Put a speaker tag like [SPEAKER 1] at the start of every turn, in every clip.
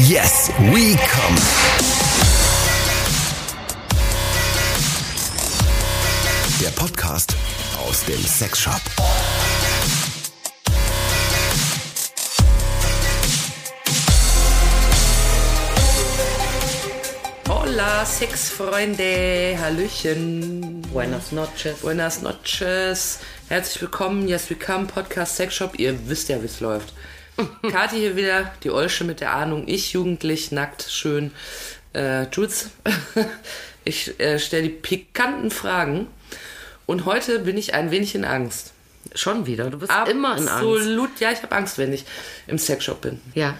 [SPEAKER 1] Yes, we come. Der Podcast aus dem Sexshop.
[SPEAKER 2] Hola, Sexfreunde, Hallöchen.
[SPEAKER 3] Buenas noches.
[SPEAKER 2] Buenas noches. Herzlich willkommen, Yes We Come, Podcast Sexshop. Ihr wisst ja, wie es läuft. Kathi hier wieder, die Olsche mit der Ahnung. Ich jugendlich, nackt, schön. Äh, Jules, ich äh, stelle die pikanten Fragen. Und heute bin ich ein wenig in Angst.
[SPEAKER 3] Schon wieder. Du bist immer in Angst.
[SPEAKER 2] Absolut, ja, ich habe Angst, wenn ich im Sexshop bin.
[SPEAKER 3] Ja.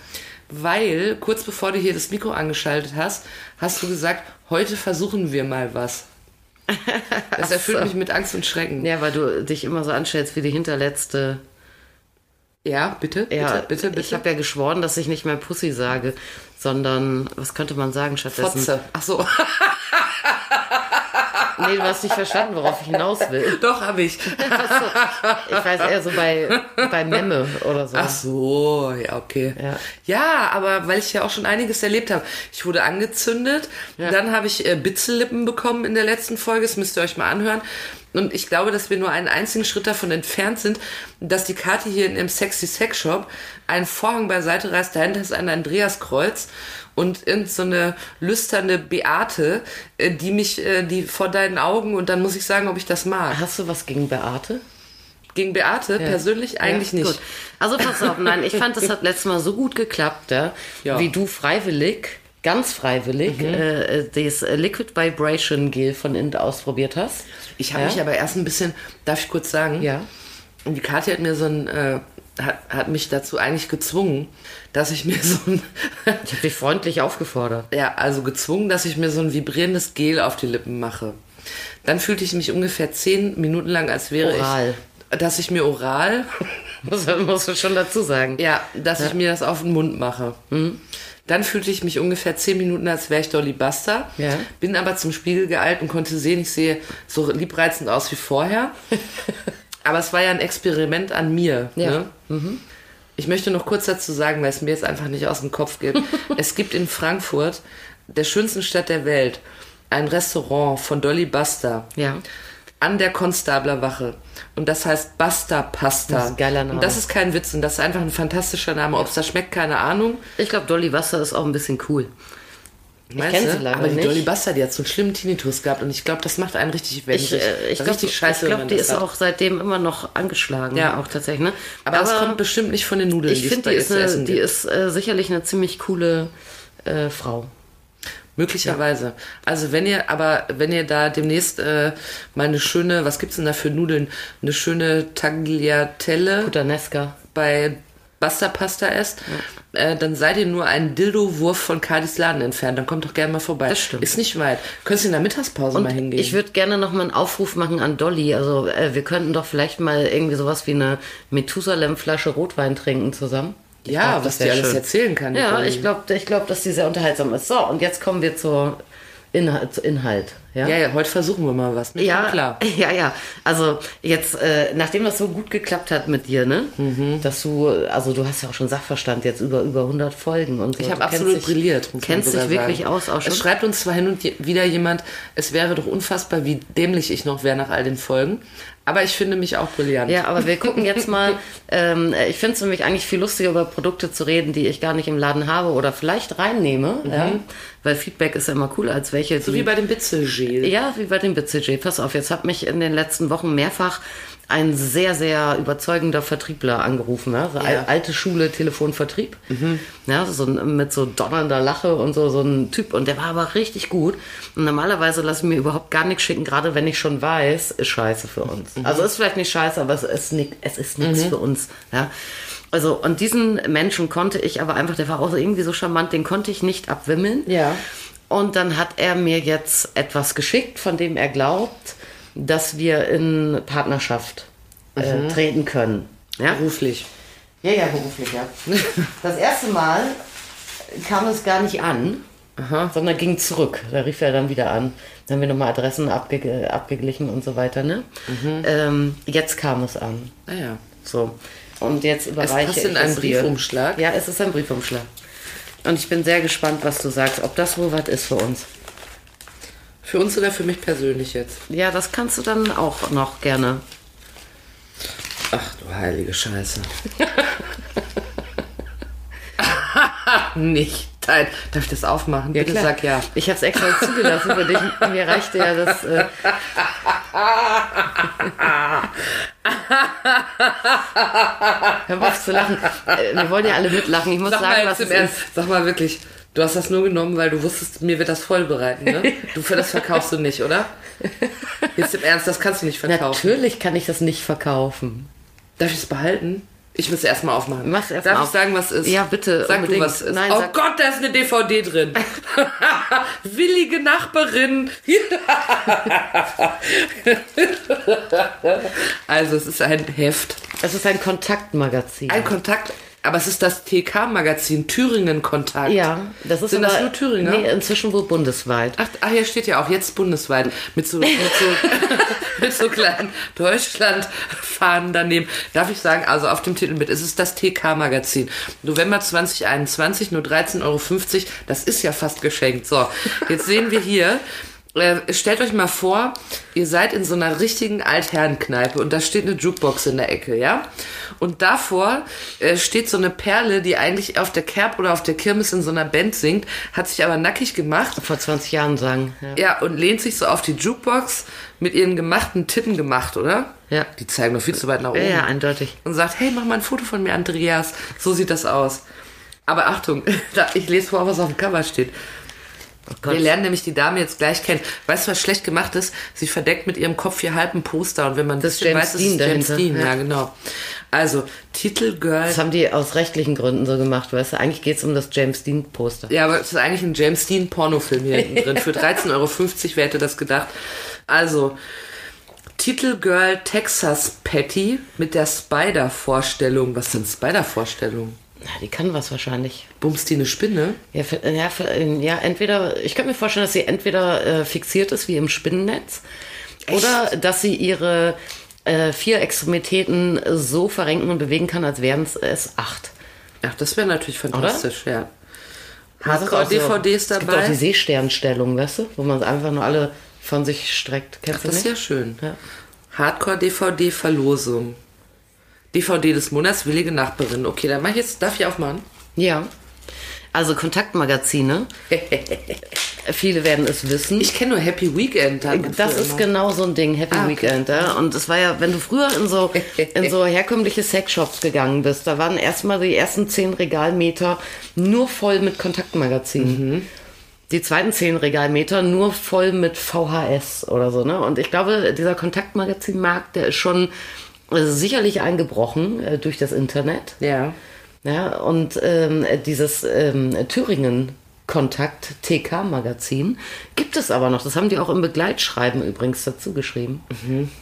[SPEAKER 2] Weil kurz bevor du hier das Mikro angeschaltet hast, hast du gesagt, heute versuchen wir mal was. Das erfüllt mich mit Angst und Schrecken.
[SPEAKER 3] Ja, weil du dich immer so anstellst wie die hinterletzte.
[SPEAKER 2] Ja, bitte,
[SPEAKER 3] Ja,
[SPEAKER 2] bitte, bitte, bitte.
[SPEAKER 3] Ich habe ja geschworen, dass ich nicht mehr Pussy sage, sondern was könnte man sagen stattdessen?
[SPEAKER 2] Fotze. Ach so,
[SPEAKER 3] Nee, du hast nicht verstanden, worauf ich hinaus will.
[SPEAKER 2] doch habe ich.
[SPEAKER 3] Ich weiß eher so bei, bei Memme oder so.
[SPEAKER 2] Ach so, ja, okay.
[SPEAKER 3] Ja.
[SPEAKER 2] Ja, aber weil ich ja auch schon einiges erlebt habe. Ich wurde angezündet, dann habe ich äh, Bitzellippen bekommen in der letzten Folge, das müsst ihr euch mal anhören. Und ich glaube, dass wir nur einen einzigen Schritt davon entfernt sind, dass die Kati hier in ihrem Sexy Sex Shop einen Vorhang beiseite reißt, dahinter ist ein Andreaskreuz und irgend so eine lüsterne Beate, äh, die mich, äh, die vor deinen Augen und dann muss ich sagen, ob ich das mag.
[SPEAKER 3] Hast du was gegen Beate?
[SPEAKER 2] Gegen Beate persönlich eigentlich
[SPEAKER 3] Ja,
[SPEAKER 2] nicht.
[SPEAKER 3] Gut. Also pass auf, nein, ich fand, das hat letztes Mal so gut geklappt, ja,
[SPEAKER 2] Ja.
[SPEAKER 3] wie du freiwillig, ganz freiwillig, äh, äh, das äh, Liquid Vibration Gel von Ind ausprobiert hast.
[SPEAKER 2] Ich habe
[SPEAKER 3] Ja?
[SPEAKER 2] mich aber erst ein bisschen, darf ich kurz sagen?
[SPEAKER 3] Ja.
[SPEAKER 2] Und die Kathi hat mir so ein, äh, hat, hat mich dazu eigentlich gezwungen, dass ich mir so ein,
[SPEAKER 3] Ich habe dich freundlich aufgefordert.
[SPEAKER 2] ja, also gezwungen, dass ich mir so ein vibrierendes Gel auf die Lippen mache. Dann fühlte ich mich ungefähr zehn Minuten lang, als wäre
[SPEAKER 3] Oral.
[SPEAKER 2] ich, dass ich mir oral,
[SPEAKER 3] Das muss man schon dazu sagen.
[SPEAKER 2] ja, dass ich mir das auf den Mund mache. Hm? Dann fühlte ich mich ungefähr zehn Minuten, als wäre ich Dolly Buster.
[SPEAKER 3] Ja.
[SPEAKER 2] Bin aber zum Spiegel geeilt und konnte sehen, ich sehe so liebreizend aus wie vorher. aber es war ja ein Experiment an mir.
[SPEAKER 3] Ja. Mhm.
[SPEAKER 2] Ne? Ich möchte noch kurz dazu sagen, weil es mir jetzt einfach nicht aus dem Kopf geht. es gibt in Frankfurt, der schönsten Stadt der Welt, ein Restaurant von Dolly Buster.
[SPEAKER 3] Ja.
[SPEAKER 2] An der Konstablerwache. Und das heißt Basta Pasta.
[SPEAKER 3] Das ist ein geiler Name.
[SPEAKER 2] Und das ist kein Witz und das ist einfach ein fantastischer Name. Ob es da schmeckt, keine Ahnung.
[SPEAKER 3] Ich glaube, Dolly Wasser ist auch ein bisschen cool.
[SPEAKER 2] Meinst
[SPEAKER 3] kenn
[SPEAKER 2] du?
[SPEAKER 3] sie leider
[SPEAKER 2] Aber die
[SPEAKER 3] nicht.
[SPEAKER 2] Dolly Buster, die hat so einen schlimmen Tinnitus gehabt und ich glaube, das macht einen richtig
[SPEAKER 3] Ich,
[SPEAKER 2] wendig.
[SPEAKER 3] äh, ich glaube,
[SPEAKER 2] richtig scheiße. wenn
[SPEAKER 3] glaub,
[SPEAKER 2] man
[SPEAKER 3] die
[SPEAKER 2] das
[SPEAKER 3] ist
[SPEAKER 2] hat.
[SPEAKER 3] auch seitdem immer noch angeschlagen.
[SPEAKER 2] Ja.
[SPEAKER 3] auch tatsächlich. Ne?
[SPEAKER 2] Aber, das kommt bestimmt nicht von den Nudeln,
[SPEAKER 3] ich
[SPEAKER 2] es
[SPEAKER 3] finde,
[SPEAKER 2] bei
[SPEAKER 3] die
[SPEAKER 2] ihr
[SPEAKER 3] ist,
[SPEAKER 2] zu
[SPEAKER 3] eine,
[SPEAKER 2] essen
[SPEAKER 3] die
[SPEAKER 2] gibt.
[SPEAKER 3] ist äh, sicherlich eine ziemlich coole äh, Frau.
[SPEAKER 2] Möglicherweise. Also wenn ihr, aber wenn ihr da demnächst äh, mal eine schöne, was gibt's denn da für Nudeln? Eine schöne Tagliatelle
[SPEAKER 3] Daneska.
[SPEAKER 2] bei Basta Pasta esst, äh, dann seid ihr nur einen Dildo-Wurf von Kadis Laden entfernt. Dann kommt doch gerne mal vorbei.
[SPEAKER 3] Das stimmt.
[SPEAKER 2] Ist nicht weit. Könntest du in der Mittagspause mal hingehen.
[SPEAKER 3] Ich würde gerne noch mal einen Aufruf machen an Dolly. Also äh, wir könnten doch vielleicht mal irgendwie sowas wie eine Methusalem-Flasche Rotwein trinken zusammen. Ich
[SPEAKER 2] ja,
[SPEAKER 3] glaub, das
[SPEAKER 2] was die
[SPEAKER 3] wär
[SPEAKER 2] alles
[SPEAKER 3] schön.
[SPEAKER 2] erzählen kann. die
[SPEAKER 3] Ja,
[SPEAKER 2] Dolly.
[SPEAKER 3] ich glaube, ich glaub, dass die sehr unterhaltsam ist. So, und jetzt kommen wir zur Inhalt. Zu Inhalt ja?
[SPEAKER 2] Ja, ja, heute versuchen wir mal was. Ne?
[SPEAKER 3] Ja,
[SPEAKER 2] klar.
[SPEAKER 3] Ja, ja. Also jetzt, äh, nachdem das so gut geklappt hat mit dir, ne? Dass du, also du hast ja auch schon Sachverstand jetzt über über 100 Folgen und so.
[SPEAKER 2] Ich habe
[SPEAKER 3] Du kennst
[SPEAKER 2] absolut
[SPEAKER 3] dich-
[SPEAKER 2] brilliert. muss man
[SPEAKER 3] Kennst dich
[SPEAKER 2] sogar
[SPEAKER 3] wirklich
[SPEAKER 2] sagen.
[SPEAKER 3] aus auch schon.
[SPEAKER 2] Es schreibt uns zwar hin und je- wieder jemand, es wäre doch unfassbar, wie dämlich ich noch wäre nach all den Folgen. Aber ich finde mich auch brillant.
[SPEAKER 3] Ja, aber wir gucken jetzt mal. Ähm, ich finde es nämlich eigentlich viel lustiger, über Produkte zu reden, die ich gar nicht im Laden habe oder vielleicht reinnehme. Ja, weil Feedback ist ja immer cool, als welche.
[SPEAKER 2] So
[SPEAKER 3] die-
[SPEAKER 2] wie bei dem Bitzelgel.
[SPEAKER 3] ja, wie bei dem BCG. Pass auf, jetzt hat mich in den letzten Wochen mehrfach ein sehr, sehr überzeugender Vertriebler angerufen. Ja? So al- Alte Schule, Telefonvertrieb. Ja, so ein, mit so donnernder Lache und so, so ein Typ. Und der war aber richtig gut. Und normalerweise lasse ich mir überhaupt gar nichts schicken, gerade wenn ich schon weiß, ist scheiße für uns. Also ist vielleicht nicht scheiße, aber es ist, ni- es ist nichts für uns. Ja? Also, und diesen Menschen konnte ich aber einfach, der war auch irgendwie so charmant, den konnte ich nicht abwimmeln.
[SPEAKER 2] Ja.
[SPEAKER 3] Und dann hat er mir jetzt etwas geschickt, von dem er glaubt, dass wir in Partnerschaft äh, treten können. Ja?
[SPEAKER 2] Beruflich.
[SPEAKER 3] ja, ja, beruflich, ja. Das erste Mal kam es gar nicht an, sondern ging zurück. Da rief er dann wieder an. Dann haben wir nochmal Adressen abge abgeglichen und so weiter. Ne? Ähm, jetzt kam es an.
[SPEAKER 2] Naja.
[SPEAKER 3] So. Und jetzt überreiche
[SPEAKER 2] Ah passt
[SPEAKER 3] ich
[SPEAKER 2] in einen
[SPEAKER 3] es dir.
[SPEAKER 2] Briefumschlag?
[SPEAKER 3] Ja, es ist ein Briefumschlag. Und ich bin sehr gespannt, was du sagst, ob das wohl was ist für uns.
[SPEAKER 2] Für uns oder für mich persönlich jetzt?
[SPEAKER 3] Ja, das kannst du dann auch noch gerne.
[SPEAKER 2] Ach du heilige Scheiße. Nicht. Nein. Darf ich das aufmachen? Bitte
[SPEAKER 3] klar.
[SPEAKER 2] sag ja.
[SPEAKER 3] Ich habe es extra zugelassen für dich. Mir reichte ja das. Äh, Hör mal auf zu lachen. Äh, Wir wollen ja alle mitlachen. Ich muss
[SPEAKER 2] Sag
[SPEAKER 3] sagen,
[SPEAKER 2] mal,
[SPEAKER 3] was
[SPEAKER 2] jetzt
[SPEAKER 3] es
[SPEAKER 2] im Ernst,
[SPEAKER 3] ist.
[SPEAKER 2] sag mal wirklich, du hast das nur genommen, weil du wusstest, mir wird das voll bereiten, ne? Du für das verkaufst du nicht, oder? Jetzt im Ernst, das kannst du nicht verkaufen.
[SPEAKER 3] Natürlich kann ich das nicht verkaufen.
[SPEAKER 2] Darf ich es behalten? Ich muss es erstmal aufmachen.
[SPEAKER 3] Mach's erst
[SPEAKER 2] Darf
[SPEAKER 3] mal
[SPEAKER 2] ich
[SPEAKER 3] auf.
[SPEAKER 2] sagen, was ist?
[SPEAKER 3] Ja, bitte,
[SPEAKER 2] Sag
[SPEAKER 3] unbedingt.
[SPEAKER 2] du, was ist.
[SPEAKER 3] Nein,
[SPEAKER 2] oh
[SPEAKER 3] sag-
[SPEAKER 2] Gott, da ist eine DVD drin. Willige Nachbarin. also, es ist ein Heft.
[SPEAKER 3] Es ist ein Kontaktmagazin.
[SPEAKER 2] Ein Kontakt, aber es ist das TK-Magazin Thüringen-Kontakt.
[SPEAKER 3] ja, das ist
[SPEAKER 2] Sind
[SPEAKER 3] aber,
[SPEAKER 2] das nur Thüringer?
[SPEAKER 3] Nee, inzwischen wohl bundesweit.
[SPEAKER 2] Ach, ah, hier steht ja auch jetzt bundesweit mit so, mit so, mit so kleinen Deutschlandfahnen daneben. Darf ich sagen, also auf dem Titelbild, es ist das TK-Magazin. November 2021, nur 13,50 Euro. Das ist ja fast geschenkt. So, jetzt sehen wir hier. äh, Stellt euch mal vor, ihr seid in so einer richtigen Altherrenkneipe und da steht eine Jukebox in der Ecke, ja? Und davor äh, steht so eine Perle, die eigentlich auf der Kerb oder auf der Kirmes in so einer Band singt, hat sich aber nackig gemacht
[SPEAKER 3] Vor 20 Jahren sagen. Ja.
[SPEAKER 2] ja, und lehnt sich so auf die Jukebox mit ihren gemachten Titten gemacht, oder?
[SPEAKER 3] Ja.
[SPEAKER 2] Die zeigen doch viel zu weit nach oben.
[SPEAKER 3] Ja, ja, eindeutig.
[SPEAKER 2] Und sagt, hey, mach mal ein Foto von mir, Andreas. So sieht das aus. Aber Achtung, da- ich lese vor, was auf dem Cover steht.
[SPEAKER 3] Oh Gott.
[SPEAKER 2] Wir lernen nämlich die Dame jetzt gleich kennen. Weißt du, was schlecht gemacht ist? Sie verdeckt mit ihrem Kopf hier halben Poster und wenn man
[SPEAKER 3] Das ist
[SPEAKER 2] bisschen
[SPEAKER 3] James
[SPEAKER 2] weiß, ist es
[SPEAKER 3] Dean
[SPEAKER 2] James
[SPEAKER 3] dahinter,
[SPEAKER 2] Dean. Ja.
[SPEAKER 3] ja.
[SPEAKER 2] genau. Also, Titelgirl.
[SPEAKER 3] Das haben die aus rechtlichen Gründen so gemacht, weißt du? Eigentlich geht es um das James Dean Poster.
[SPEAKER 2] Ja, aber es ist eigentlich ein James Dean Pornofilm hier hinten drin. Für 13,50 Euro, wer hätte das gedacht? Also, Titelgirl Texas Patty mit der Spider-Vorstellung. Was sind Spider-Vorstellungen?
[SPEAKER 3] Na, die kann was wahrscheinlich.
[SPEAKER 2] Bumst die eine Spinne?
[SPEAKER 3] Ja, für, äh, ja, für, ähm, ja, entweder, ich könnte mir vorstellen, dass sie entweder äh, fixiert ist wie im Spinnennetz oder dass sie ihre äh, vier Extremitäten so verrenken und bewegen kann, als wären es acht.
[SPEAKER 2] Ach, das wäre natürlich fantastisch, ja.
[SPEAKER 3] DVDs Also
[SPEAKER 2] Hardcore-DVDs
[SPEAKER 3] Es gibt auch die
[SPEAKER 2] dabei.
[SPEAKER 3] Seesternstellung, weißt du? Wo man einfach nur alle von sich streckt. Kennst du
[SPEAKER 2] Das ist
[SPEAKER 3] nicht?
[SPEAKER 2] ja schön.
[SPEAKER 3] Ja.
[SPEAKER 2] Hardcore-DVD-Verlosung. DVD des Monats, willige Nachbarin. Okay, dann mach ich jetzt, darf ich aufmachen?
[SPEAKER 3] ja. Also Kontaktmagazine. Viele werden es wissen.
[SPEAKER 2] Ich kenne nur Happy Weekend. hat man
[SPEAKER 3] Hm? Das
[SPEAKER 2] früher
[SPEAKER 3] ist
[SPEAKER 2] immer.
[SPEAKER 3] genau so ein Ding, Happy
[SPEAKER 2] Ah, okay.
[SPEAKER 3] Weekend. Ja? Und es war ja, wenn du früher in so, in so herkömmliche Sexshops gegangen bist, da waren erstmal die ersten zehn Regalmeter nur voll mit Kontaktmagazinen.
[SPEAKER 2] Mhm.
[SPEAKER 3] Die zweiten zehn Regalmeter nur voll mit VHS oder so. Ne? Und ich glaube, dieser Kontaktmagazinmarkt, der ist schon äh, sicherlich eingebrochen äh, durch das Internet.
[SPEAKER 2] Ja.
[SPEAKER 3] Ja, und ähm, dieses ähm, Thüringen. Kontakt TK Magazin gibt es aber noch. Das haben die auch im Begleitschreiben übrigens dazu geschrieben.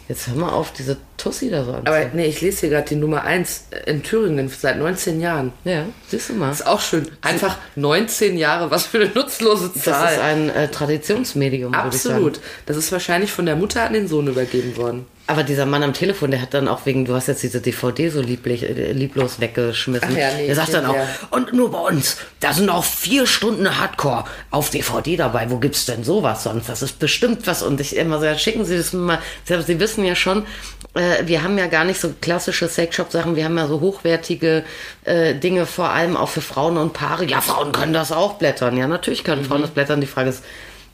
[SPEAKER 3] Jetzt hör mal auf, diese Tussi da so
[SPEAKER 2] Mhm. Aber
[SPEAKER 3] anzuhören.
[SPEAKER 2] nee, ich lese hier gerade die Nummer 1 in Thüringen seit 19 Jahren.
[SPEAKER 3] Ja, siehst du mal.
[SPEAKER 2] Ist auch schön. Einfach 19 Jahre, was für eine nutzlose
[SPEAKER 3] Das ist
[SPEAKER 2] Zahl.
[SPEAKER 3] ein äh, Traditionsmedium, würde ich sagen.
[SPEAKER 2] Absolut. Das ist wahrscheinlich von der Mutter an den Sohn übergeben worden.
[SPEAKER 3] Aber dieser Mann am Telefon, der hat dann auch wegen, du hast jetzt diese DVD so lieblich, äh, lieblos weggeschmissen.
[SPEAKER 2] Ach ja, nee,
[SPEAKER 3] der sagt dann auch,
[SPEAKER 2] ja.
[SPEAKER 3] und nur bei uns, da sind auch vier Stunden Hardcore auf DVD dabei. Wo gibt's denn sowas sonst? Das ist bestimmt was. Und ich immer so, ja, schicken Sie das mal. Selbst Sie wissen ja schon, äh, wir haben ja gar nicht so klassische Sexshop-Sachen, wir haben ja so hochwertige äh, Dinge, vor allem auch für Frauen und Paare. Ja, Frauen können das auch blättern. Ja, natürlich können
[SPEAKER 2] Mhm.
[SPEAKER 3] Frauen das blättern. Die Frage ist,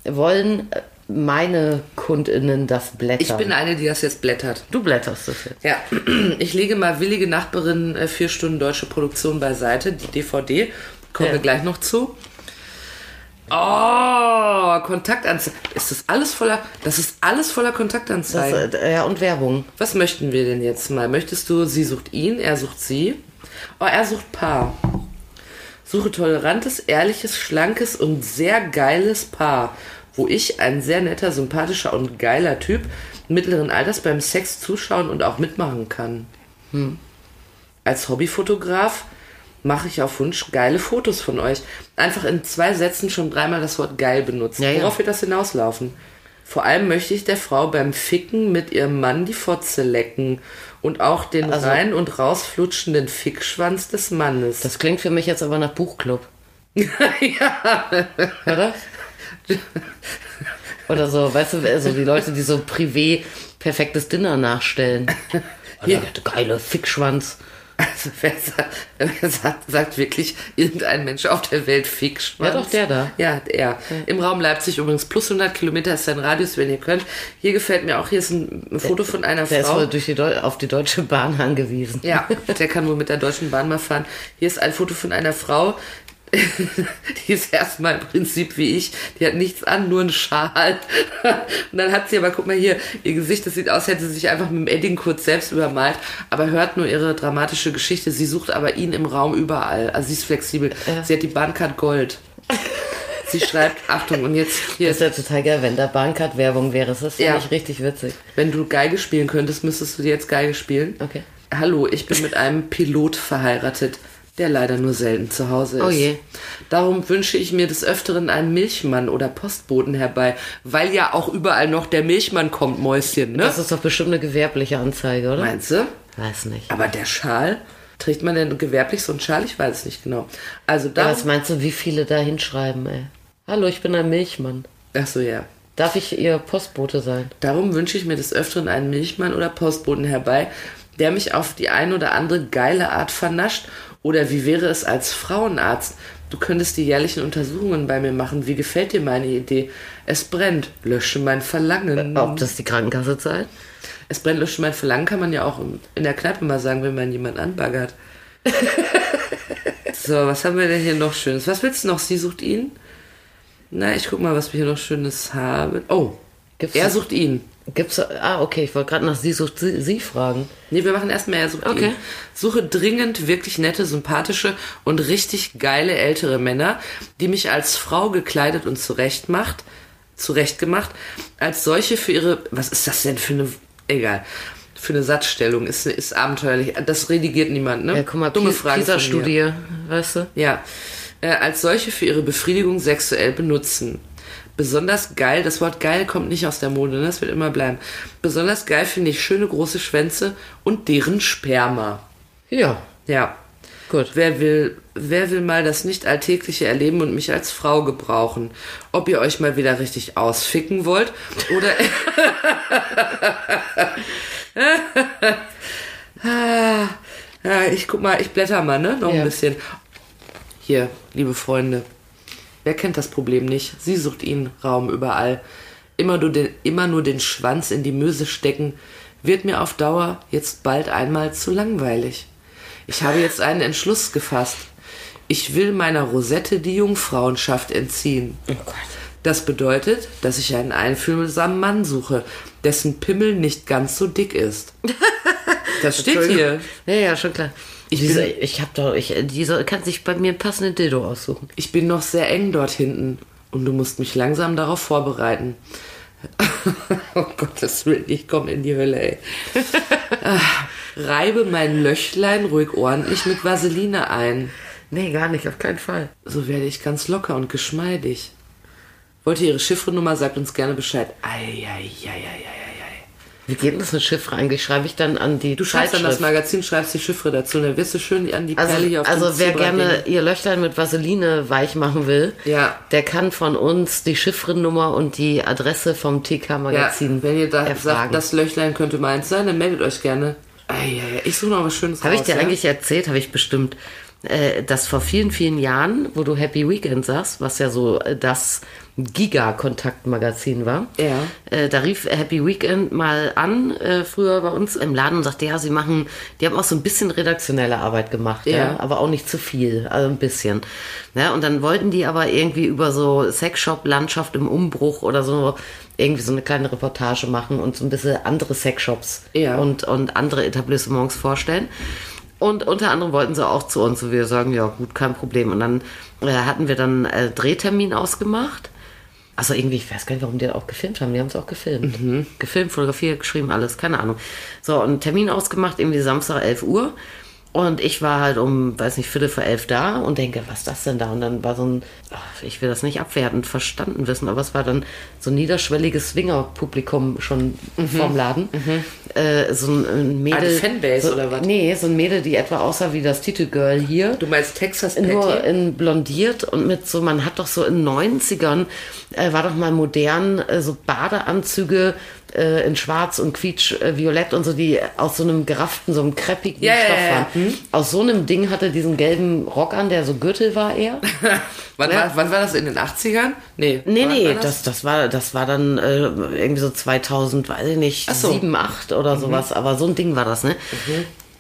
[SPEAKER 3] wollen äh, meine KundInnen das blättern?
[SPEAKER 2] Ich bin eine, die das jetzt blättert.
[SPEAKER 3] Du blätterst es jetzt.
[SPEAKER 2] Ja, ich lege mal Willige Nachbarin äh, vier Stunden deutsche Produktion beiseite, die DVD. Kommen
[SPEAKER 3] Ja.
[SPEAKER 2] wir gleich noch zu. Oh, Kontaktanzeigen. Ist das alles voller, das ist alles voller Kontaktanzeigen.
[SPEAKER 3] Das, äh, ja, und Werbung.
[SPEAKER 2] Was möchten wir denn jetzt mal? Möchtest du, sie sucht ihn, er sucht sie? Oh, er sucht Paar. Suche tolerantes, ehrliches, schlankes und sehr geiles Paar, wo ich, ein sehr netter, sympathischer und geiler Typ mittleren Alters beim Sex zuschauen und auch mitmachen kann. Hm. Als Hobbyfotograf mache ich auf Wunsch geile Fotos von euch. Einfach in zwei Sätzen schon dreimal das Wort geil benutzt.
[SPEAKER 3] Ja, ja.
[SPEAKER 2] Worauf wird das hinauslaufen? Vor allem möchte ich der Frau beim Ficken mit ihrem Mann die Fotze lecken und auch den
[SPEAKER 3] Also-
[SPEAKER 2] rein- und rausflutschenden Fickschwanz des Mannes.
[SPEAKER 3] Das klingt für mich jetzt aber nach Buchclub.
[SPEAKER 2] ja.
[SPEAKER 3] oder? Oder so, weißt du, also die Leute, die so privé perfektes Dinner nachstellen. Alter,
[SPEAKER 2] Ja.
[SPEAKER 3] der geile Fickschwanz.
[SPEAKER 2] Also wer, sa- wer sagt, sagt wirklich irgendein Mensch auf der Welt Fickschwanz?
[SPEAKER 3] Ja, doch, der da.
[SPEAKER 2] Ja, er. Im Raum Leipzig übrigens plus 100 Kilometer ist sein Radius, wenn ihr könnt. Hier gefällt mir auch, hier ist ein Foto von einer
[SPEAKER 3] Der ist
[SPEAKER 2] Frau.
[SPEAKER 3] wohl durch die Deu auf die Deutsche Bahn angewiesen.
[SPEAKER 2] Ja, der kann wohl mit der Deutschen Bahn mal fahren. Hier ist ein Foto von einer Frau, die ist erstmal im Prinzip wie ich. Die hat nichts an, nur einen Schal. Und dann hat sie aber, guck mal hier, ihr Gesicht, das sieht aus, hätte sie sich einfach mit dem Edding kurz selbst übermalt, aber hört nur ihre dramatische Geschichte. Sie sucht aber ihn im Raum überall. Also sie ist flexibel. Sie hat die Bahncard Gold. Sie schreibt, Achtung, und jetzt hier
[SPEAKER 3] Das ist ja total geil, wenn da Bahncard-Werbung wäre. Das ist ja.
[SPEAKER 2] Ja.
[SPEAKER 3] ich richtig witzig.
[SPEAKER 2] Wenn du Geige spielen könntest, müsstest du dir jetzt Geige spielen.
[SPEAKER 3] Okay.
[SPEAKER 2] Hallo, ich bin mit einem Pilot verheiratet, der leider nur selten zu Hause ist.
[SPEAKER 3] Oh je.
[SPEAKER 2] Darum wünsche ich mir des Öfteren einen Milchmann oder Postboten herbei, weil ja auch überall noch der Milchmann kommt, Mäuschen, ne?
[SPEAKER 3] Das ist doch bestimmt eine gewerbliche Anzeige, oder?
[SPEAKER 2] Meinst du?
[SPEAKER 3] Weiß nicht.
[SPEAKER 2] Aber der Schal, trägt man denn gewerblich so einen Schal? Ich weiß es nicht genau. Also
[SPEAKER 3] Ja,
[SPEAKER 2] da.
[SPEAKER 3] was meinst du, wie viele da hinschreiben, ey? Hallo, ich bin ein Milchmann.
[SPEAKER 2] Ach so, ja.
[SPEAKER 3] Darf ich Ihr Postbote sein?
[SPEAKER 2] Darum wünsche ich mir des Öfteren einen Milchmann oder Postboten herbei, der mich auf die ein oder andere geile Art vernascht. Oder wie wäre es als Frauenarzt? Du könntest die jährlichen Untersuchungen bei mir machen. Wie gefällt dir meine Idee? Es brennt, lösche mein Verlangen.
[SPEAKER 3] Ob das die Krankenkasse zahlt?
[SPEAKER 2] Es brennt, lösche mein Verlangen kann man ja auch im- in der Kneipe mal sagen, wenn man jemanden anbaggert. so, was haben wir denn hier noch Schönes? Was willst du noch? Sie sucht ihn? Na, ich guck mal, was wir hier noch Schönes haben. Oh,
[SPEAKER 3] Gibt's
[SPEAKER 2] er
[SPEAKER 3] das-
[SPEAKER 2] sucht ihn.
[SPEAKER 3] Gibt's. Ah, okay, ich wollte gerade nach Sie sucht Sie, Sie fragen.
[SPEAKER 2] Nee, wir machen erstmal er sucht
[SPEAKER 3] Okay.
[SPEAKER 2] ihn. Suche dringend wirklich nette, sympathische und richtig geile ältere Männer, die mich als Frau gekleidet und zurecht macht, zurecht gemacht, als solche für ihre, was ist das denn für eine, egal, für eine Satzstellung, ist, ist abenteuerlich, das redigiert niemand, ne?
[SPEAKER 3] Ja, guck mal,
[SPEAKER 2] dumme
[SPEAKER 3] Pi-
[SPEAKER 2] Frage. von mir.
[SPEAKER 3] Pisa-Studie, weißt du?
[SPEAKER 2] Ja, äh, als solche für ihre Befriedigung sexuell benutzen. Besonders geil, das Wort geil kommt nicht aus der Mode, ne? das wird immer bleiben. Besonders geil finde ich schöne große Schwänze und deren Sperma.
[SPEAKER 3] Ja,
[SPEAKER 2] Ja.
[SPEAKER 3] gut.
[SPEAKER 2] Wer will, wer will mal das nicht alltägliche erleben und mich als Frau gebrauchen? Ob ihr euch mal wieder richtig ausficken wollt oder. Ah, ja, ich guck mal, ich blätter mal, ne? Noch
[SPEAKER 3] Ja.
[SPEAKER 2] ein bisschen. Hier, liebe Freunde. Wer kennt das Problem nicht? Sie sucht ihn Raum überall. Immer nur, den, immer nur den Schwanz in die Möse stecken, wird mir auf Dauer jetzt bald einmal zu langweilig. Ich habe jetzt einen Entschluss gefasst. Ich will meiner Rosette die Jungfrauenschaft entziehen.
[SPEAKER 3] Oh Gott.
[SPEAKER 2] Das bedeutet, dass ich einen einfühlsamen Mann suche, dessen Pimmel nicht ganz so dick ist. Das steht hier.
[SPEAKER 3] Ja, ja, schon klar. Ich,
[SPEAKER 2] Ich
[SPEAKER 3] diese,
[SPEAKER 2] bin-
[SPEAKER 3] ich hab doch, ich, dieser kann sich bei mir einen passenden Dildo aussuchen.
[SPEAKER 2] Ich bin noch sehr eng dort hinten und du musst mich langsam darauf vorbereiten. oh Gott, das will ich komm in die Hölle, ey. Ah, Reibe mein Löchlein ruhig ordentlich mit Vaseline ein.
[SPEAKER 3] Nee, gar nicht, auf keinen Fall.
[SPEAKER 2] So werde ich ganz locker und geschmeidig. Wollt ihr ihre Chiffrenummer, sagt uns gerne Bescheid. Eieieiei.
[SPEAKER 3] Wie geht denn das mit Chiffre eigentlich? Schreibe ich dann an die
[SPEAKER 2] Du schreibst dann das
[SPEAKER 3] Zeitschrift?
[SPEAKER 2] Magazin, schreibst die Chiffre dazu und dann wirst du schön an die Perle
[SPEAKER 3] Also,
[SPEAKER 2] hier auf
[SPEAKER 3] also
[SPEAKER 2] dem
[SPEAKER 3] wer
[SPEAKER 2] Zebra
[SPEAKER 3] gerne
[SPEAKER 2] gehen.
[SPEAKER 3] ihr Löchlein mit Vaseline weich machen will,
[SPEAKER 2] Ja.
[SPEAKER 3] der kann von uns die Chiffrennummer und die Adresse vom
[SPEAKER 2] Ja,
[SPEAKER 3] TK-Magazin
[SPEAKER 2] wenn ihr da
[SPEAKER 3] erfragen.
[SPEAKER 2] sagt, das Löchlein könnte meins sein, dann meldet euch gerne. Eieiei. Ich suche noch was Schönes
[SPEAKER 3] Habe ich
[SPEAKER 2] raus,
[SPEAKER 3] dir
[SPEAKER 2] ja?
[SPEAKER 3] eigentlich erzählt, habe ich bestimmt, äh, dass vor vielen, vielen Jahren, wo du Happy Weekend sagst, was ja so äh, das Giga-Kontakt-Magazin war,
[SPEAKER 2] Ja.
[SPEAKER 3] äh, da rief Happy Weekend mal an, äh, früher bei uns im Laden und sagte, ja, sie machen, die haben auch so ein bisschen redaktionelle Arbeit gemacht, ja.
[SPEAKER 2] Ja.
[SPEAKER 3] aber auch nicht zu viel, also ein bisschen. Ja, und dann wollten die aber irgendwie über so Sexshop-Landschaft im Umbruch oder so irgendwie so eine kleine Reportage machen und so ein bisschen andere Sexshops
[SPEAKER 2] Ja.
[SPEAKER 3] und und, und andere Etablissements vorstellen. Und unter anderem wollten sie auch zu uns. Und wir sagen, ja gut, kein Problem. Und dann äh, hatten wir dann äh, Drehtermin ausgemacht. Also irgendwie, ich weiß gar nicht, warum die das auch gefilmt haben. Die haben es auch gefilmt. Gefilmt, fotografiert, geschrieben, alles, keine Ahnung. So, und Termin ausgemacht, irgendwie Samstag 11 Uhr. Und ich war halt um, weiß nicht, Viertel vor elf da und denke, was ist das denn da? Und dann war so ein, ach, ich will das nicht abwertend verstanden wissen, aber es war dann so ein niederschwelliges Swinger-Publikum schon vorm Laden. Äh, so ein, ein Mädel.
[SPEAKER 2] die Mhm. Fanbase
[SPEAKER 3] so,
[SPEAKER 2] oder was?
[SPEAKER 3] Nee, so ein Mädel, die etwa aussah wie das Titelgirl hier.
[SPEAKER 2] Du meinst Texas
[SPEAKER 3] Nur äh,
[SPEAKER 2] Patty?
[SPEAKER 3] in blondiert und mit so, man hat doch so in 90ern, äh, war doch mal modern, äh, so Badeanzüge äh, in schwarz und quietsch, äh, violett und so, die aus so einem gerafften, so einem kreppigen
[SPEAKER 2] Ja, ja,
[SPEAKER 3] Stoff
[SPEAKER 2] ja, Mhm. ja.
[SPEAKER 3] waren. Aus so einem Ding hatte diesen gelben Rock an, der so Gürtel war eher.
[SPEAKER 2] wann, war, wann war das? In den 80ern? Nee.
[SPEAKER 3] Nee,
[SPEAKER 2] wann
[SPEAKER 3] nee,
[SPEAKER 2] war
[SPEAKER 3] das, das, war, das war dann äh, irgendwie so 2000, weiß ich nicht,
[SPEAKER 2] so. Mhm.
[SPEAKER 3] 7, 8 oder sowas, aber so ein Ding war das, ne?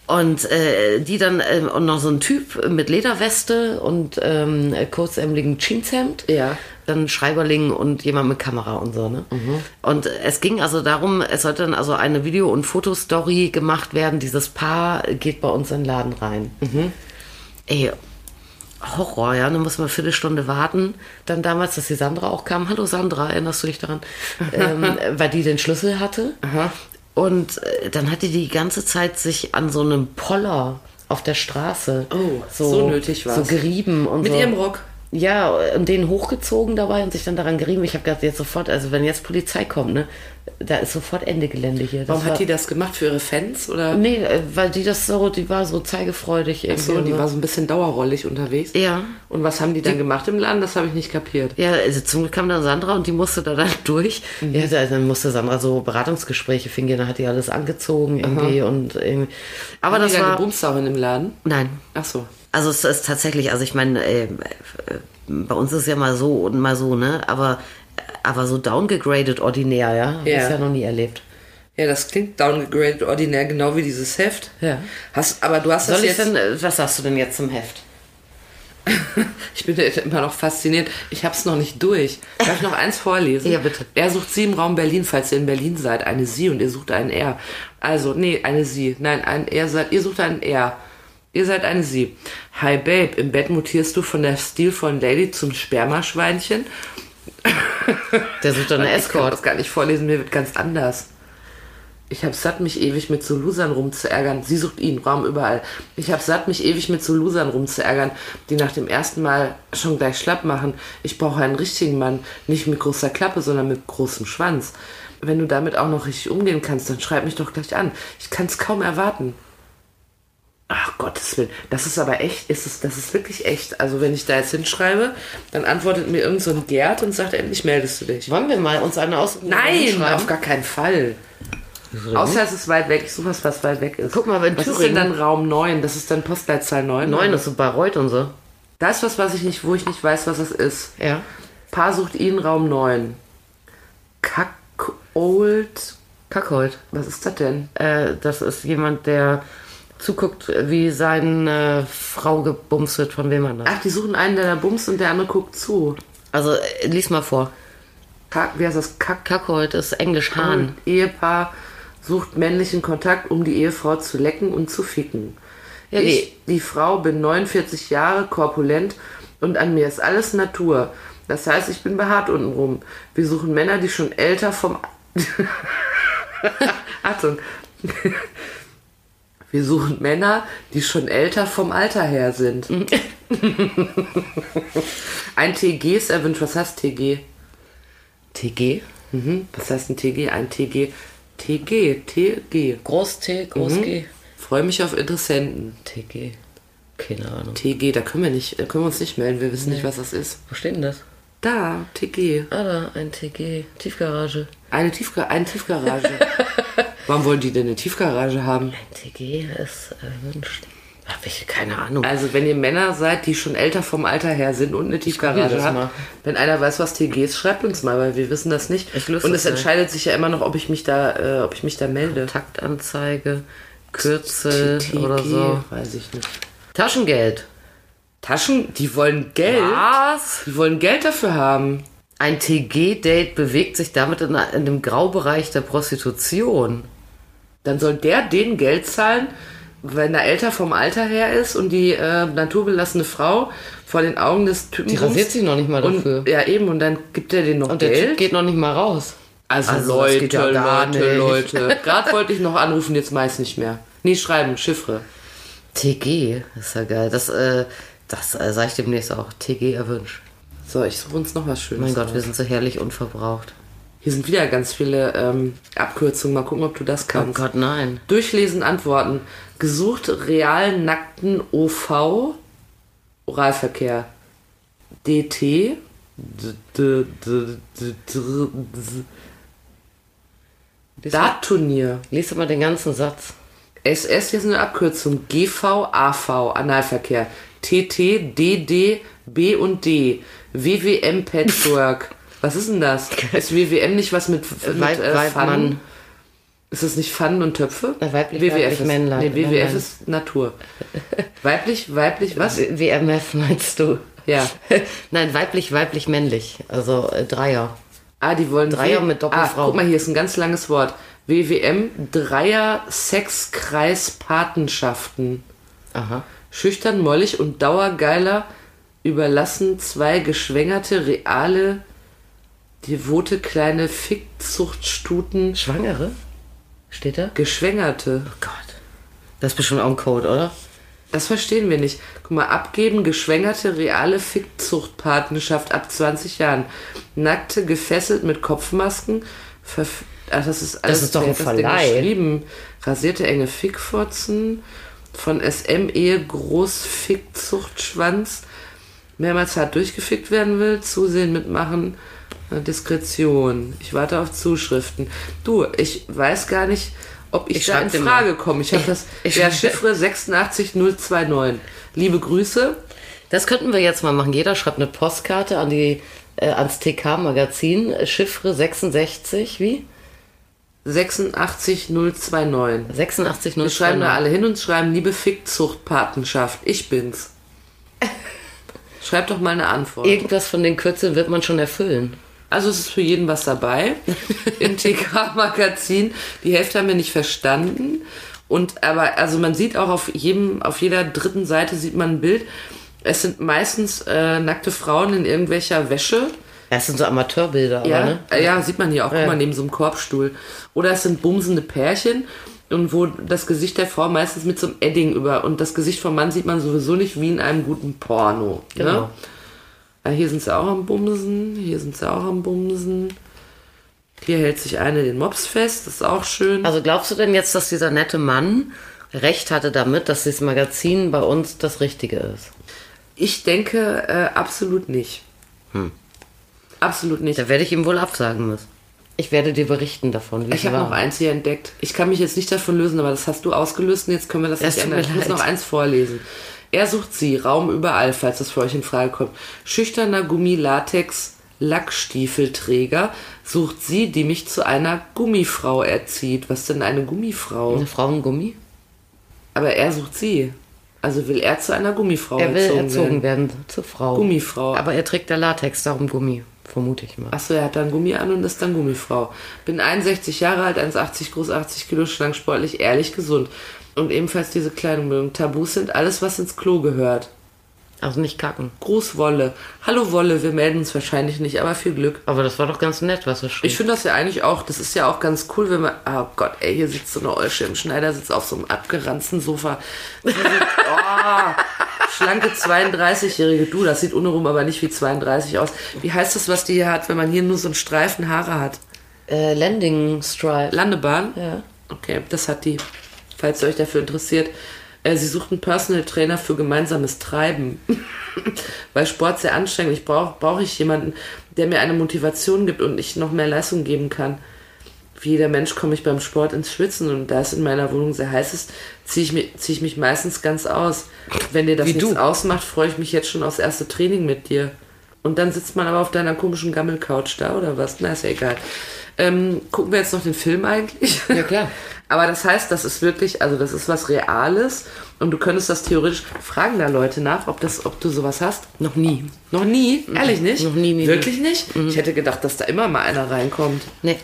[SPEAKER 3] Und äh, die dann, äh, und noch so ein Typ mit Lederweste und ähm, kurzärmeligen Jeanshemd.
[SPEAKER 2] Ja.
[SPEAKER 3] Dann Schreiberling und jemand mit Kamera und so, ne?
[SPEAKER 2] Mhm.
[SPEAKER 3] Und es ging also darum, es sollte dann also eine Video- und Fotostory gemacht werden. Dieses Paar geht bei uns in den Laden rein.
[SPEAKER 2] Mhm.
[SPEAKER 3] Ey, Horror, ja. Dann muss man eine Viertelstunde warten. Dann damals, dass die Sandra auch kam. Hallo Sandra, erinnerst du dich daran? ähm, weil die den Schlüssel hatte. Und äh, dann hat die die ganze Zeit sich an so einem Poller auf der Straße
[SPEAKER 2] Oh, so nötig war's.
[SPEAKER 3] so gerieben und
[SPEAKER 2] Mit
[SPEAKER 3] so.
[SPEAKER 2] ihrem Rock.
[SPEAKER 3] Ja, und den hochgezogen dabei und sich dann daran gerieben. Ich habe gedacht, jetzt sofort, also wenn jetzt Polizei kommt, ne, da ist sofort Ende Gelände hier. Das
[SPEAKER 2] Warum
[SPEAKER 3] war-
[SPEAKER 2] hat die das gemacht? Für ihre Fans? Oder?
[SPEAKER 3] Nee, äh, weil die das so, die war so zeigefreudig irgendwie.
[SPEAKER 2] So, die
[SPEAKER 3] ne?
[SPEAKER 2] war so ein bisschen dauerrollig unterwegs.
[SPEAKER 3] ja.
[SPEAKER 2] Und was haben die dann gemacht im Laden? Das habe ich nicht kapiert.
[SPEAKER 3] Ja, also zum Glück kam dann Sandra und die musste da dann durch.
[SPEAKER 2] Mhm.
[SPEAKER 3] Ja, da- dann musste Sandra so Beratungsgespräche finden, dann hat die alles angezogen irgendwie und irgendwie. Aber
[SPEAKER 2] haben
[SPEAKER 3] das
[SPEAKER 2] die dann
[SPEAKER 3] war.
[SPEAKER 2] gebumst auch in dem Laden?
[SPEAKER 3] Nein,
[SPEAKER 2] Ach so.
[SPEAKER 3] Also es ist tatsächlich, also ich meine, äh, äh, bei uns ist es ja mal so und mal so, ne? Aber, aber so downgegradet ordinär, ja? Hab
[SPEAKER 2] Ja.
[SPEAKER 3] ich ja noch nie erlebt.
[SPEAKER 2] Ja, das klingt downgraded ordinär, genau wie dieses Heft.
[SPEAKER 3] Ja.
[SPEAKER 2] Hast, aber du hast
[SPEAKER 3] Soll
[SPEAKER 2] das
[SPEAKER 3] ich
[SPEAKER 2] jetzt...
[SPEAKER 3] denn, äh, was sagst du denn jetzt zum Heft?
[SPEAKER 2] Ich bin ja immer noch fasziniert. Ich hab's noch nicht durch. Darf ich noch eins vorlesen?
[SPEAKER 3] Ja, bitte.
[SPEAKER 2] Er sucht sie im Raum Berlin, falls ihr in Berlin seid. Eine sie und ihr sucht einen er. Also, nee, eine sie. Nein, ein er seid, ihr sucht einen er. Ihr seid eine sie. Hi, Babe, im Bett mutierst du von der stilvollen Lady zum Spermaschweinchen.
[SPEAKER 3] Der sucht doch eine
[SPEAKER 2] Ich kann
[SPEAKER 3] Escort.
[SPEAKER 2] das gar nicht vorlesen, mir wird ganz anders. Ich hab satt, mich ewig mit so Losern rumzuärgern. Sie sucht ihn, Raum überall. Ich hab satt, mich ewig mit so Losern rumzuärgern, die nach dem ersten Mal schon gleich schlapp machen. Ich brauche einen richtigen Mann, nicht mit großer Klappe, sondern mit großem Schwanz. Wenn du damit auch noch richtig umgehen kannst, dann schreib mich doch gleich an. Ich kann's kaum erwarten. Ach Gottes Willen, das ist aber echt, ist es, das ist wirklich echt. Also wenn ich da jetzt hinschreibe, dann antwortet mir irgend so ein Gerd und sagt, endlich meldest du dich.
[SPEAKER 3] Wollen wir mal uns eine aus?
[SPEAKER 2] Nein, auf
[SPEAKER 3] schreiben?
[SPEAKER 2] gar keinen Fall. Außer es ist weit weg. Ich suche was, was weit weg ist.
[SPEAKER 3] Guck mal, wenn
[SPEAKER 2] was
[SPEAKER 3] Thüringen-
[SPEAKER 2] ist denn dann Raum 9? Das ist dann Postleitzahl 9.
[SPEAKER 3] Neun ist so Bayreuth und so.
[SPEAKER 2] Da ist was, was ich nicht, wo ich nicht weiß, was es ist.
[SPEAKER 3] Ja.
[SPEAKER 2] Paar sucht ihn, Raum 9. Kack old.
[SPEAKER 3] Kackhold.
[SPEAKER 2] Was ist das denn?
[SPEAKER 3] Äh, das ist jemand, der zuguckt, wie seine äh, Frau gebumst wird von wem anders.
[SPEAKER 2] Ach, die suchen einen, der da bumst und der andere guckt zu.
[SPEAKER 3] Also äh, lies mal vor.
[SPEAKER 2] Kack, wie heißt das? Kack
[SPEAKER 3] Kackhold ist Englisch Hahn.
[SPEAKER 2] Und Ehepaar sucht männlichen Kontakt, um die Ehefrau zu lecken und zu ficken. ich, die Frau, bin 49 Jahre, korpulent und an mir ist alles Natur. Das heißt, ich bin behaart untenrum. Wir suchen Männer, die schon älter vom... Achtung. Wir suchen Männer, die schon älter vom Alter her sind. Ein TG ist erwünscht. Was heißt TG?
[SPEAKER 3] TG?
[SPEAKER 2] Mhm. Was heißt ein TG? Ein TG. TG, TG.
[SPEAKER 3] Groß T, Groß G.
[SPEAKER 2] Freue mich auf Interessenten.
[SPEAKER 3] TG. Keine Ahnung.
[SPEAKER 2] TG, da können wir nicht, da können wir uns nicht melden, wir wissen nicht, was das ist.
[SPEAKER 3] Wo steht denn das?
[SPEAKER 2] Da, TG.
[SPEAKER 3] Ah, da, ein TG. Tiefgarage.
[SPEAKER 2] Eine, Tiefga eine Tiefgarage. Warum wollen die denn eine Tiefgarage haben?
[SPEAKER 3] Ein TG ist äh, erwünscht. Hab ich keine Ahnung.
[SPEAKER 2] Also, wenn ihr Männer seid, die schon älter vom Alter her sind und eine
[SPEAKER 3] probier
[SPEAKER 2] Tiefgarage
[SPEAKER 3] das mal.
[SPEAKER 2] habt, wenn einer weiß, was TG ist, schreibt uns mal, weil wir wissen das nicht.
[SPEAKER 3] Ich löse
[SPEAKER 2] und
[SPEAKER 3] das
[SPEAKER 2] es
[SPEAKER 3] gleich.
[SPEAKER 2] entscheidet sich ja immer noch, ob ich mich da, äh, ob ich mich da melde.
[SPEAKER 3] Taktanzeige, Kürzel
[SPEAKER 2] TG,
[SPEAKER 3] oder so.
[SPEAKER 2] Weiß ich nicht.
[SPEAKER 3] Taschengeld.
[SPEAKER 2] Taschen, die wollen Geld.
[SPEAKER 3] Was?
[SPEAKER 2] Die wollen Geld dafür haben.
[SPEAKER 3] Ein TG-Date bewegt sich damit in, in dem Graubereich der Prostitution.
[SPEAKER 2] Dann soll der den Geld zahlen, wenn er älter vom Alter her ist und die äh, naturbelassene Frau vor den Augen des Typen
[SPEAKER 3] Die rasiert sich noch nicht mal
[SPEAKER 2] und,
[SPEAKER 3] dafür.
[SPEAKER 2] Ja, eben. Und dann gibt er den noch
[SPEAKER 3] Und der Typ
[SPEAKER 2] Geld.
[SPEAKER 3] geht noch nicht mal raus.
[SPEAKER 2] also,
[SPEAKER 3] Also, das geht
[SPEAKER 2] Leute,
[SPEAKER 3] ja gar
[SPEAKER 2] Leute,
[SPEAKER 3] nicht.
[SPEAKER 2] Leute. Gerade wollte ich noch anrufen, jetzt meist nicht mehr. Nee, schreiben, Chiffre.
[SPEAKER 3] TG, ist ja geil. Das, äh, das äh, sage ich demnächst auch. TG erwünscht.
[SPEAKER 2] So, ich suche uns noch was Schönes.
[SPEAKER 3] Mein Gott,
[SPEAKER 2] aus.
[SPEAKER 3] wir sind so herrlich unverbraucht. Oh
[SPEAKER 2] Hier sind wieder ganz viele ähm, Abkürzungen. Mal gucken, ob du das
[SPEAKER 3] Oh
[SPEAKER 2] kannst.
[SPEAKER 3] Gott, nein.
[SPEAKER 2] Durchlesen, Antworten. Gesucht real nackten OV, Oralverkehr. DT. D- d- d- d- dr- d-
[SPEAKER 3] Lies, mal,
[SPEAKER 2] Dartturnier.
[SPEAKER 3] lies doch mal den ganzen Satz.
[SPEAKER 2] SS, hier ist eine Abkürzung. GV, AV, Analverkehr. TT, DD, B und D. WWM Patchwork. Was ist denn das? Ist WWM nicht was mit, mit
[SPEAKER 3] Weib,
[SPEAKER 2] äh,
[SPEAKER 3] Weib,
[SPEAKER 2] Pfannen?
[SPEAKER 3] Mann.
[SPEAKER 2] Ist das nicht Pfannen und Töpfe?
[SPEAKER 3] Na, weiblich, weiblich,
[SPEAKER 2] ist,
[SPEAKER 3] Männlein,
[SPEAKER 2] Nee, WWF
[SPEAKER 3] Männlein.
[SPEAKER 2] ist Natur. Weiblich, weiblich, was?
[SPEAKER 3] W- WMF meinst du?
[SPEAKER 2] Ja.
[SPEAKER 3] nein, weiblich, weiblich, männlich. Also äh, Dreier.
[SPEAKER 2] Ah, die wollen
[SPEAKER 3] Dreier
[SPEAKER 2] W-
[SPEAKER 3] mit Doppelfrau.
[SPEAKER 2] Ah, guck mal, hier ist ein ganz langes Wort. WWM, Dreier, Sex, Kreis, Patenschaften.
[SPEAKER 3] Aha.
[SPEAKER 2] Schüchtern, mollig und dauergeiler überlassen zwei geschwängerte, reale, devote kleine Fickzuchtstuten.
[SPEAKER 3] Schwangere? Steht da?
[SPEAKER 2] Geschwängerte.
[SPEAKER 3] Oh Gott. Das ist bestimmt auch ein Code, oder?
[SPEAKER 2] Das verstehen wir nicht. Guck mal, abgeben, geschwängerte, reale Fickzuchtpatenschaft ab 20 Jahren. Nackte, gefesselt mit Kopfmasken. Verf Ach, das ist alles
[SPEAKER 3] ist doch
[SPEAKER 2] wer
[SPEAKER 3] ein
[SPEAKER 2] hat das denn
[SPEAKER 3] Verleih.
[SPEAKER 2] geschrieben. Rasierte enge Fickfotzen. Von SM Ehe Groß Fickzuchtschwanz. Mehrmals hart durchgefickt werden will. Zusehen mitmachen. äh, Diskretion. Ich warte auf Zuschriften. Du, ich weiß gar nicht, ob ich,
[SPEAKER 3] Ich
[SPEAKER 2] da
[SPEAKER 3] schreib
[SPEAKER 2] in
[SPEAKER 3] dir mal.
[SPEAKER 2] Frage komme. Ich habe das.
[SPEAKER 3] Ich-
[SPEAKER 2] ja, Chiffre 86029. Liebe Grüße.
[SPEAKER 3] Das könnten wir jetzt mal machen. Jeder schreibt eine Postkarte an die, äh, ans TK-Magazin. äh, Chiffre 66, wie?
[SPEAKER 2] 86029.
[SPEAKER 3] 86
[SPEAKER 2] Wir schreiben da alle hin und schreiben, liebe Fickzuchtpatenschaft, ich bin's. Schreib doch mal eine Antwort.
[SPEAKER 3] Irgendwas von den Kürzeln wird man schon erfüllen.
[SPEAKER 2] Also es ist für jeden was dabei. Im TK-Magazin. Die Hälfte haben wir nicht verstanden. Und aber, also man sieht auch auf jedem, auf jeder dritten Seite sieht man ein Bild. Es sind meistens äh, nackte Frauen in irgendwelcher Wäsche.
[SPEAKER 3] Das sind so Amateurbilder, aber,
[SPEAKER 2] Ja,
[SPEAKER 3] ne?
[SPEAKER 2] äh, ja, sieht man hier auch, guck mal, neben so einem Korbstuhl. Oder es sind bumsende Pärchen und wo das Gesicht der Frau meistens mit so einem Edding über und das Gesicht vom Mann sieht man sowieso nicht wie in einem guten Porno. Ne?
[SPEAKER 3] Genau.
[SPEAKER 2] Ja, hier sind sie auch am Bumsen, hier sind sie auch am Bumsen. Hier hält sich eine den Mops fest, das ist auch schön.
[SPEAKER 3] Also glaubst du denn jetzt, dass dieser nette Mann recht hatte damit, dass dieses Magazin bei uns das Richtige ist?
[SPEAKER 2] Ich denke äh, absolut nicht.
[SPEAKER 3] Hm.
[SPEAKER 2] Absolut nicht.
[SPEAKER 3] Da werde ich ihm wohl absagen müssen. Ich werde dir berichten davon, wie
[SPEAKER 2] Ich
[SPEAKER 3] es
[SPEAKER 2] habe
[SPEAKER 3] war.
[SPEAKER 2] noch eins hier entdeckt. Ich kann mich jetzt nicht davon lösen, aber das hast du ausgelöst und jetzt können wir das
[SPEAKER 3] Es
[SPEAKER 2] nicht
[SPEAKER 3] tut mir
[SPEAKER 2] ändern. Ich muss
[SPEAKER 3] leid.
[SPEAKER 2] noch eins vorlesen. Er sucht sie, Raum überall, falls das für euch in Frage kommt. Schüchterner Gummilatex Lackstiefelträger sucht sie, die mich zu einer Gummifrau erzieht. Was denn eine Gummifrau?
[SPEAKER 3] Eine Frauengummi?
[SPEAKER 2] Aber er sucht sie. Also will er zu einer Gummifrau
[SPEAKER 3] Er will
[SPEAKER 2] erzogen
[SPEAKER 3] erzogen
[SPEAKER 2] werden.
[SPEAKER 3] werden. zur Frau.
[SPEAKER 2] Gummifrau.
[SPEAKER 3] Aber er trägt ja Latex, darum Gummi, vermute ich mal.
[SPEAKER 2] Achso, er hat dann Gummi an und ist dann Gummifrau. Bin 61 Jahre alt, 1,80 groß, 80 Kilo, schlank, sportlich, ehrlich, gesund. Und ebenfalls diese Kleidung mögen. Tabus sind alles, was ins Klo gehört.
[SPEAKER 3] Also nicht kacken.
[SPEAKER 2] Gruß Wolle. Hallo Wolle, wir melden uns wahrscheinlich nicht, aber viel Glück.
[SPEAKER 3] Aber das war doch ganz nett, was er schrieb.
[SPEAKER 2] Ich finde das ja eigentlich auch, das ist ja auch ganz cool, wenn man, oh Gott, ey, hier sitzt so eine Olsche im Schneider, sitzt auf so einem abgeranzten Sofa. Hier sitzt- oh, schlanke 32-Jährige, du, das sieht unrum aber nicht wie 32 aus. Wie heißt das, was die hier hat, wenn man hier nur so einen Streifen Haare hat?
[SPEAKER 3] äh, Landing Stripe.
[SPEAKER 2] Landebahn?
[SPEAKER 3] Ja.
[SPEAKER 2] Okay, das hat die, falls ihr euch dafür interessiert. Äh, Sie sucht einen Personal Trainer für gemeinsames Treiben. Weil Sport sehr anstrengend ist. Brauche brauch ich jemanden, der mir eine Motivation gibt und ich noch mehr Leistung geben kann. Wie jeder Mensch komme ich beim Sport ins Schwitzen und da es in meiner Wohnung sehr heiß ist, ziehe ich, mi- zieh ich mich meistens ganz aus. Wenn dir das
[SPEAKER 3] Wie
[SPEAKER 2] nichts
[SPEAKER 3] du.
[SPEAKER 2] ausmacht, freue ich mich jetzt schon aufs erste Training mit dir. Und dann sitzt man aber auf deiner komischen Gammelcouch da oder was? Na, ist ja egal. Ähm, gucken wir jetzt noch den Film eigentlich?
[SPEAKER 3] Ja, klar.
[SPEAKER 2] aber das heißt, das ist wirklich, also das ist was Reales und du könntest das theoretisch fragen da Leute nach, ob, das, ob du sowas hast.
[SPEAKER 3] Noch nie.
[SPEAKER 2] Noch nie? Ehrlich nicht?
[SPEAKER 3] Mhm. Noch nie, Mhm. nie, nie.
[SPEAKER 2] Wirklich nicht? Ich hätte gedacht, dass da immer mal einer reinkommt.
[SPEAKER 3] Nee.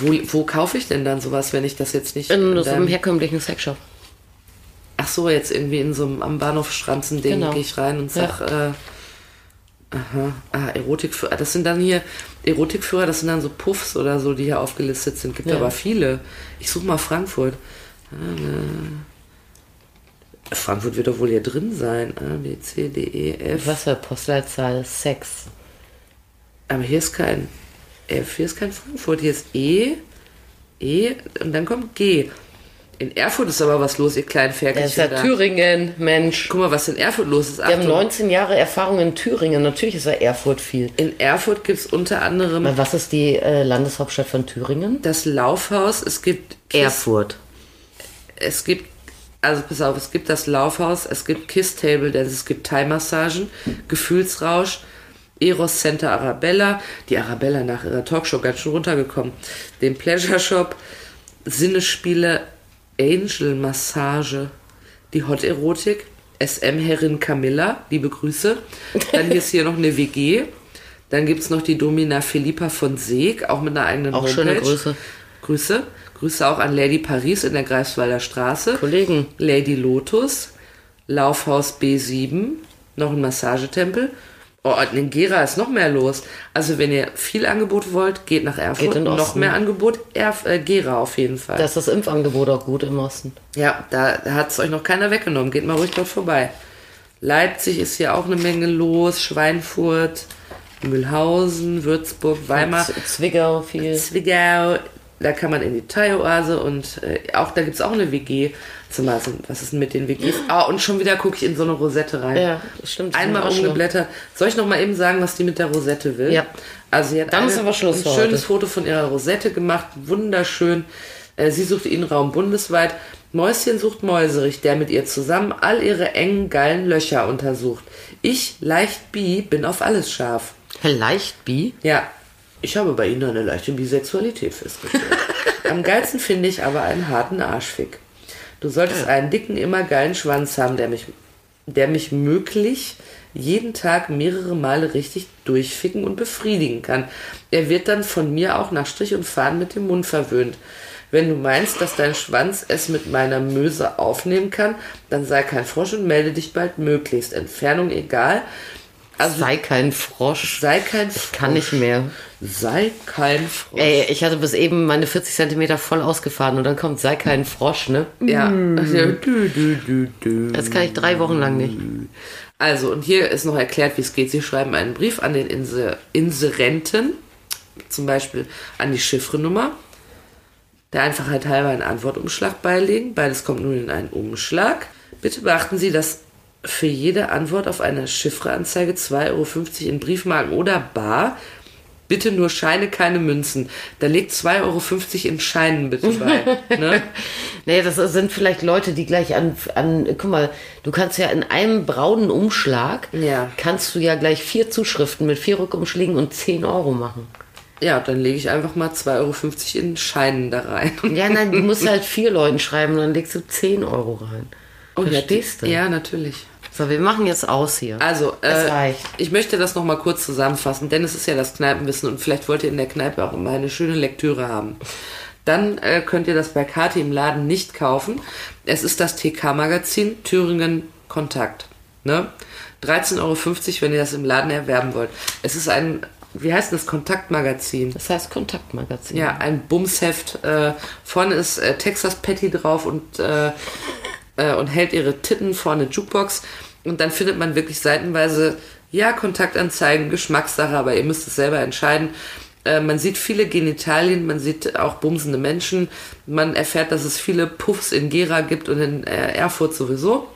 [SPEAKER 2] Wo, wo kaufe ich denn dann sowas, wenn ich das jetzt nicht
[SPEAKER 3] In so
[SPEAKER 2] deinem-
[SPEAKER 3] einem herkömmlichen Sexshop.
[SPEAKER 2] Ach so, jetzt irgendwie in so einem am Bahnhof schranzen Ding
[SPEAKER 3] Genau.
[SPEAKER 2] gehe ich rein und sag, äh, aha, ah, Erotikführer. Das sind dann hier Erotikführer, das sind dann so Puffs oder so, die hier aufgelistet sind. Gibt
[SPEAKER 3] Ja.
[SPEAKER 2] aber viele. Ich suche mal Frankfurt. Ah, äh, Frankfurt wird doch wohl hier drin sein. A, B, C, D, E, F.
[SPEAKER 3] Was für Postleitzahl Sex.
[SPEAKER 2] Aber hier ist kein F, hier ist kein Frankfurt, hier ist E, E und dann kommt G. In Erfurt ist aber was los, ihr kleinen
[SPEAKER 3] Das ist
[SPEAKER 2] Ferkelchen
[SPEAKER 3] ja
[SPEAKER 2] da.
[SPEAKER 3] Thüringen, Mensch.
[SPEAKER 2] Guck mal, was in Erfurt los ist.
[SPEAKER 3] Wir haben
[SPEAKER 2] Achtung.
[SPEAKER 3] 19 Jahre Erfahrung in Thüringen. Natürlich ist ja Erfurt viel.
[SPEAKER 2] in Erfurt gibt es unter anderem
[SPEAKER 3] Aber was ist die äh, Landeshauptstadt von Thüringen?
[SPEAKER 2] das Laufhaus, es gibt Kiss,
[SPEAKER 3] Erfurt.
[SPEAKER 2] es gibt also pass auf, es gibt das Laufhaus, es gibt Kiss Table Dance, es gibt Thai Massagen, Gefühlsrausch, Eros Center Arabella, die Arabella nach ihrer Talkshow ganz schön runtergekommen, den Pleasure Shop, Sinnesspiele, Angel Massage, die Hot Erotik, SM Herrin Camilla, liebe Grüße. Dann ist hier noch eine WG. Dann gibt es noch die Domina Philippa von Seeg, auch mit einer eigenen
[SPEAKER 3] Auch
[SPEAKER 2] Homepage.
[SPEAKER 3] schöne Grüße.
[SPEAKER 2] Grüße. Grüße auch an Lady Paris in der Greifswalder Straße.
[SPEAKER 3] Kollegen.
[SPEAKER 2] Lady Lotus, Laufhaus B7, noch ein Massagetempel. Oh, und in Gera ist noch mehr los. Also wenn ihr viel Angebot wollt, geht nach Erfurt.
[SPEAKER 3] Geht in den
[SPEAKER 2] noch
[SPEAKER 3] Osten.
[SPEAKER 2] mehr Angebot, Erf äh, Gera auf jeden Fall.
[SPEAKER 3] Da ist das Impfangebot auch gut im Osten.
[SPEAKER 2] ja, da hat es euch noch keiner weggenommen. Geht mal ruhig dort vorbei. Leipzig ist hier auch eine Menge los. Schweinfurt, Mühlhausen, Würzburg, Weimar.
[SPEAKER 3] Z Zwickau viel.
[SPEAKER 2] Zwickau, da kann man in die Thai-Oase und äh, auch da gibt es auch eine WG. Zum Beispiel, was ist denn mit den WGs? Ah, und schon wieder gucke ich in so eine Rosette rein.
[SPEAKER 3] Ja, stimmt. das
[SPEAKER 2] Einmal
[SPEAKER 3] sind auch schlimm.
[SPEAKER 2] umgeblättert. Soll ich noch mal eben sagen, was die mit der Rosette will?
[SPEAKER 3] Ja.
[SPEAKER 2] Also sie hat
[SPEAKER 3] Dann
[SPEAKER 2] eine,
[SPEAKER 3] ist aber Schluss für
[SPEAKER 2] ein schönes
[SPEAKER 3] heute.
[SPEAKER 2] Foto von ihrer Rosette gemacht, wunderschön. Äh, Sie sucht ihren Raum bundesweit. Mäuschen sucht Mäuserich, der mit ihr zusammen all ihre engen, geilen Löcher untersucht. Ich, leicht bi, bin auf alles scharf.
[SPEAKER 3] Vielleicht bi.
[SPEAKER 2] Ja, ich habe bei Ihnen eine leichte Bisexualität festgestellt. Am geilsten finde ich aber einen harten Arschfick. Du solltest einen dicken, immer geilen Schwanz haben, der mich, der mich möglich jeden Tag mehrere Male richtig durchficken und befriedigen kann. Er wird dann von mir auch nach Strich und Faden mit dem Mund verwöhnt. Wenn du meinst, dass dein Schwanz es mit meiner Möse aufnehmen kann, dann sei kein Frosch und melde dich bald möglichst. Entfernung egal. Also
[SPEAKER 3] Sei kein Frosch.
[SPEAKER 2] sei kein Frosch.
[SPEAKER 3] Ich kann nicht mehr.
[SPEAKER 2] Sei kein Frosch.
[SPEAKER 3] Ey, ich hatte bis eben meine 40 Zentimeter voll ausgefahren und dann kommt, sei kein Frosch, ne?
[SPEAKER 2] Ja. Dü, dü, dü, dü.
[SPEAKER 3] Das kann ich drei Wochen lang nicht.
[SPEAKER 2] Also, und hier ist noch erklärt, wie es geht. Sie schreiben einen Brief an den Inse Inserenten, zum Beispiel an die Chiffrenummer. Der Einfachheit halber einen Antwortumschlag beilegen. Beides kommt nun in einen Umschlag. Bitte beachten Sie, dass für jede Antwort auf eine Chiffreanzeige 2,50 Euro in Briefmarken oder Bar. Bitte nur Scheine, keine Münzen. Da legt 2,50 Euro in Scheinen bitte bei. ne?
[SPEAKER 3] Naja, das sind vielleicht Leute, die gleich an, an, guck mal, du kannst ja in einem braunen Umschlag,
[SPEAKER 2] Ja.
[SPEAKER 3] kannst du ja gleich vier Zuschriften mit vier Rückumschlägen und 10 Euro machen.
[SPEAKER 2] Ja, dann lege ich einfach mal 2,50 Euro in Scheinen da rein.
[SPEAKER 3] Ja, nein, du musst halt vier Leuten schreiben und dann legst du 10 Euro rein. Verstehst du?
[SPEAKER 2] Ja, natürlich.
[SPEAKER 3] So, wir machen jetzt aus hier.
[SPEAKER 2] Also,
[SPEAKER 3] Es
[SPEAKER 2] äh,
[SPEAKER 3] reicht.
[SPEAKER 2] ich möchte das nochmal kurz zusammenfassen, denn es ist ja das Kneipenwissen und vielleicht wollt ihr in der Kneipe auch immer eine schöne Lektüre haben. Dann äh, könnt ihr das bei Kati im Laden nicht kaufen. Es ist das TK-Magazin Thüringen Kontakt. Ne? 13,50 Euro, wenn ihr das im Laden erwerben wollt. Es ist ein, wie heißt denn das, Kontaktmagazin?
[SPEAKER 3] Das heißt Kontaktmagazin.
[SPEAKER 2] Ja, ein Bumsheft. Äh, vorne ist äh, Texas Patty drauf und, äh, äh, und hält ihre Titten vorne Jukebox. Und dann findet man wirklich seitenweise, ja, Kontaktanzeigen, Geschmackssache, aber ihr müsst es selber entscheiden. Äh, Man sieht viele Genitalien, man sieht auch bumsende Menschen, man erfährt, dass es viele Puffs in Gera gibt und in äh, Erfurt sowieso.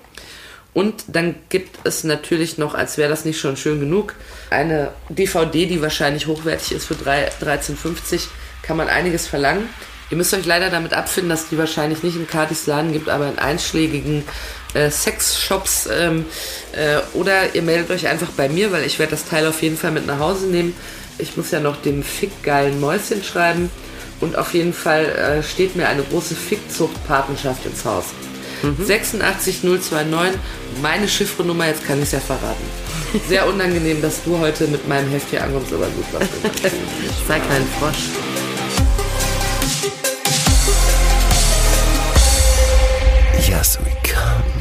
[SPEAKER 2] Und dann gibt es natürlich noch, als wäre das nicht schon schön genug, eine DVD, die wahrscheinlich hochwertig ist für drei- 13,50. Kann man einiges verlangen. Ihr müsst euch leider damit abfinden, dass die wahrscheinlich nicht in Katis Laden gibt, aber in einschlägigen äh, Sexshops. Ähm, äh, oder ihr meldet euch einfach bei mir, weil ich werde das Teil auf jeden Fall mit nach Hause nehmen. Ich muss ja noch dem fickgeilen Mäuschen schreiben. Und auf jeden Fall äh, steht mir eine große Fickzuchtpatenschaft ins Haus. Mhm. 86029, meine Chiffrenummer, jetzt kann ich es ja verraten. Sehr unangenehm, dass du heute mit meinem Heft hier ankommst, aber gut, was willst du?
[SPEAKER 3] Sei kein Frosch.
[SPEAKER 1] Yes, we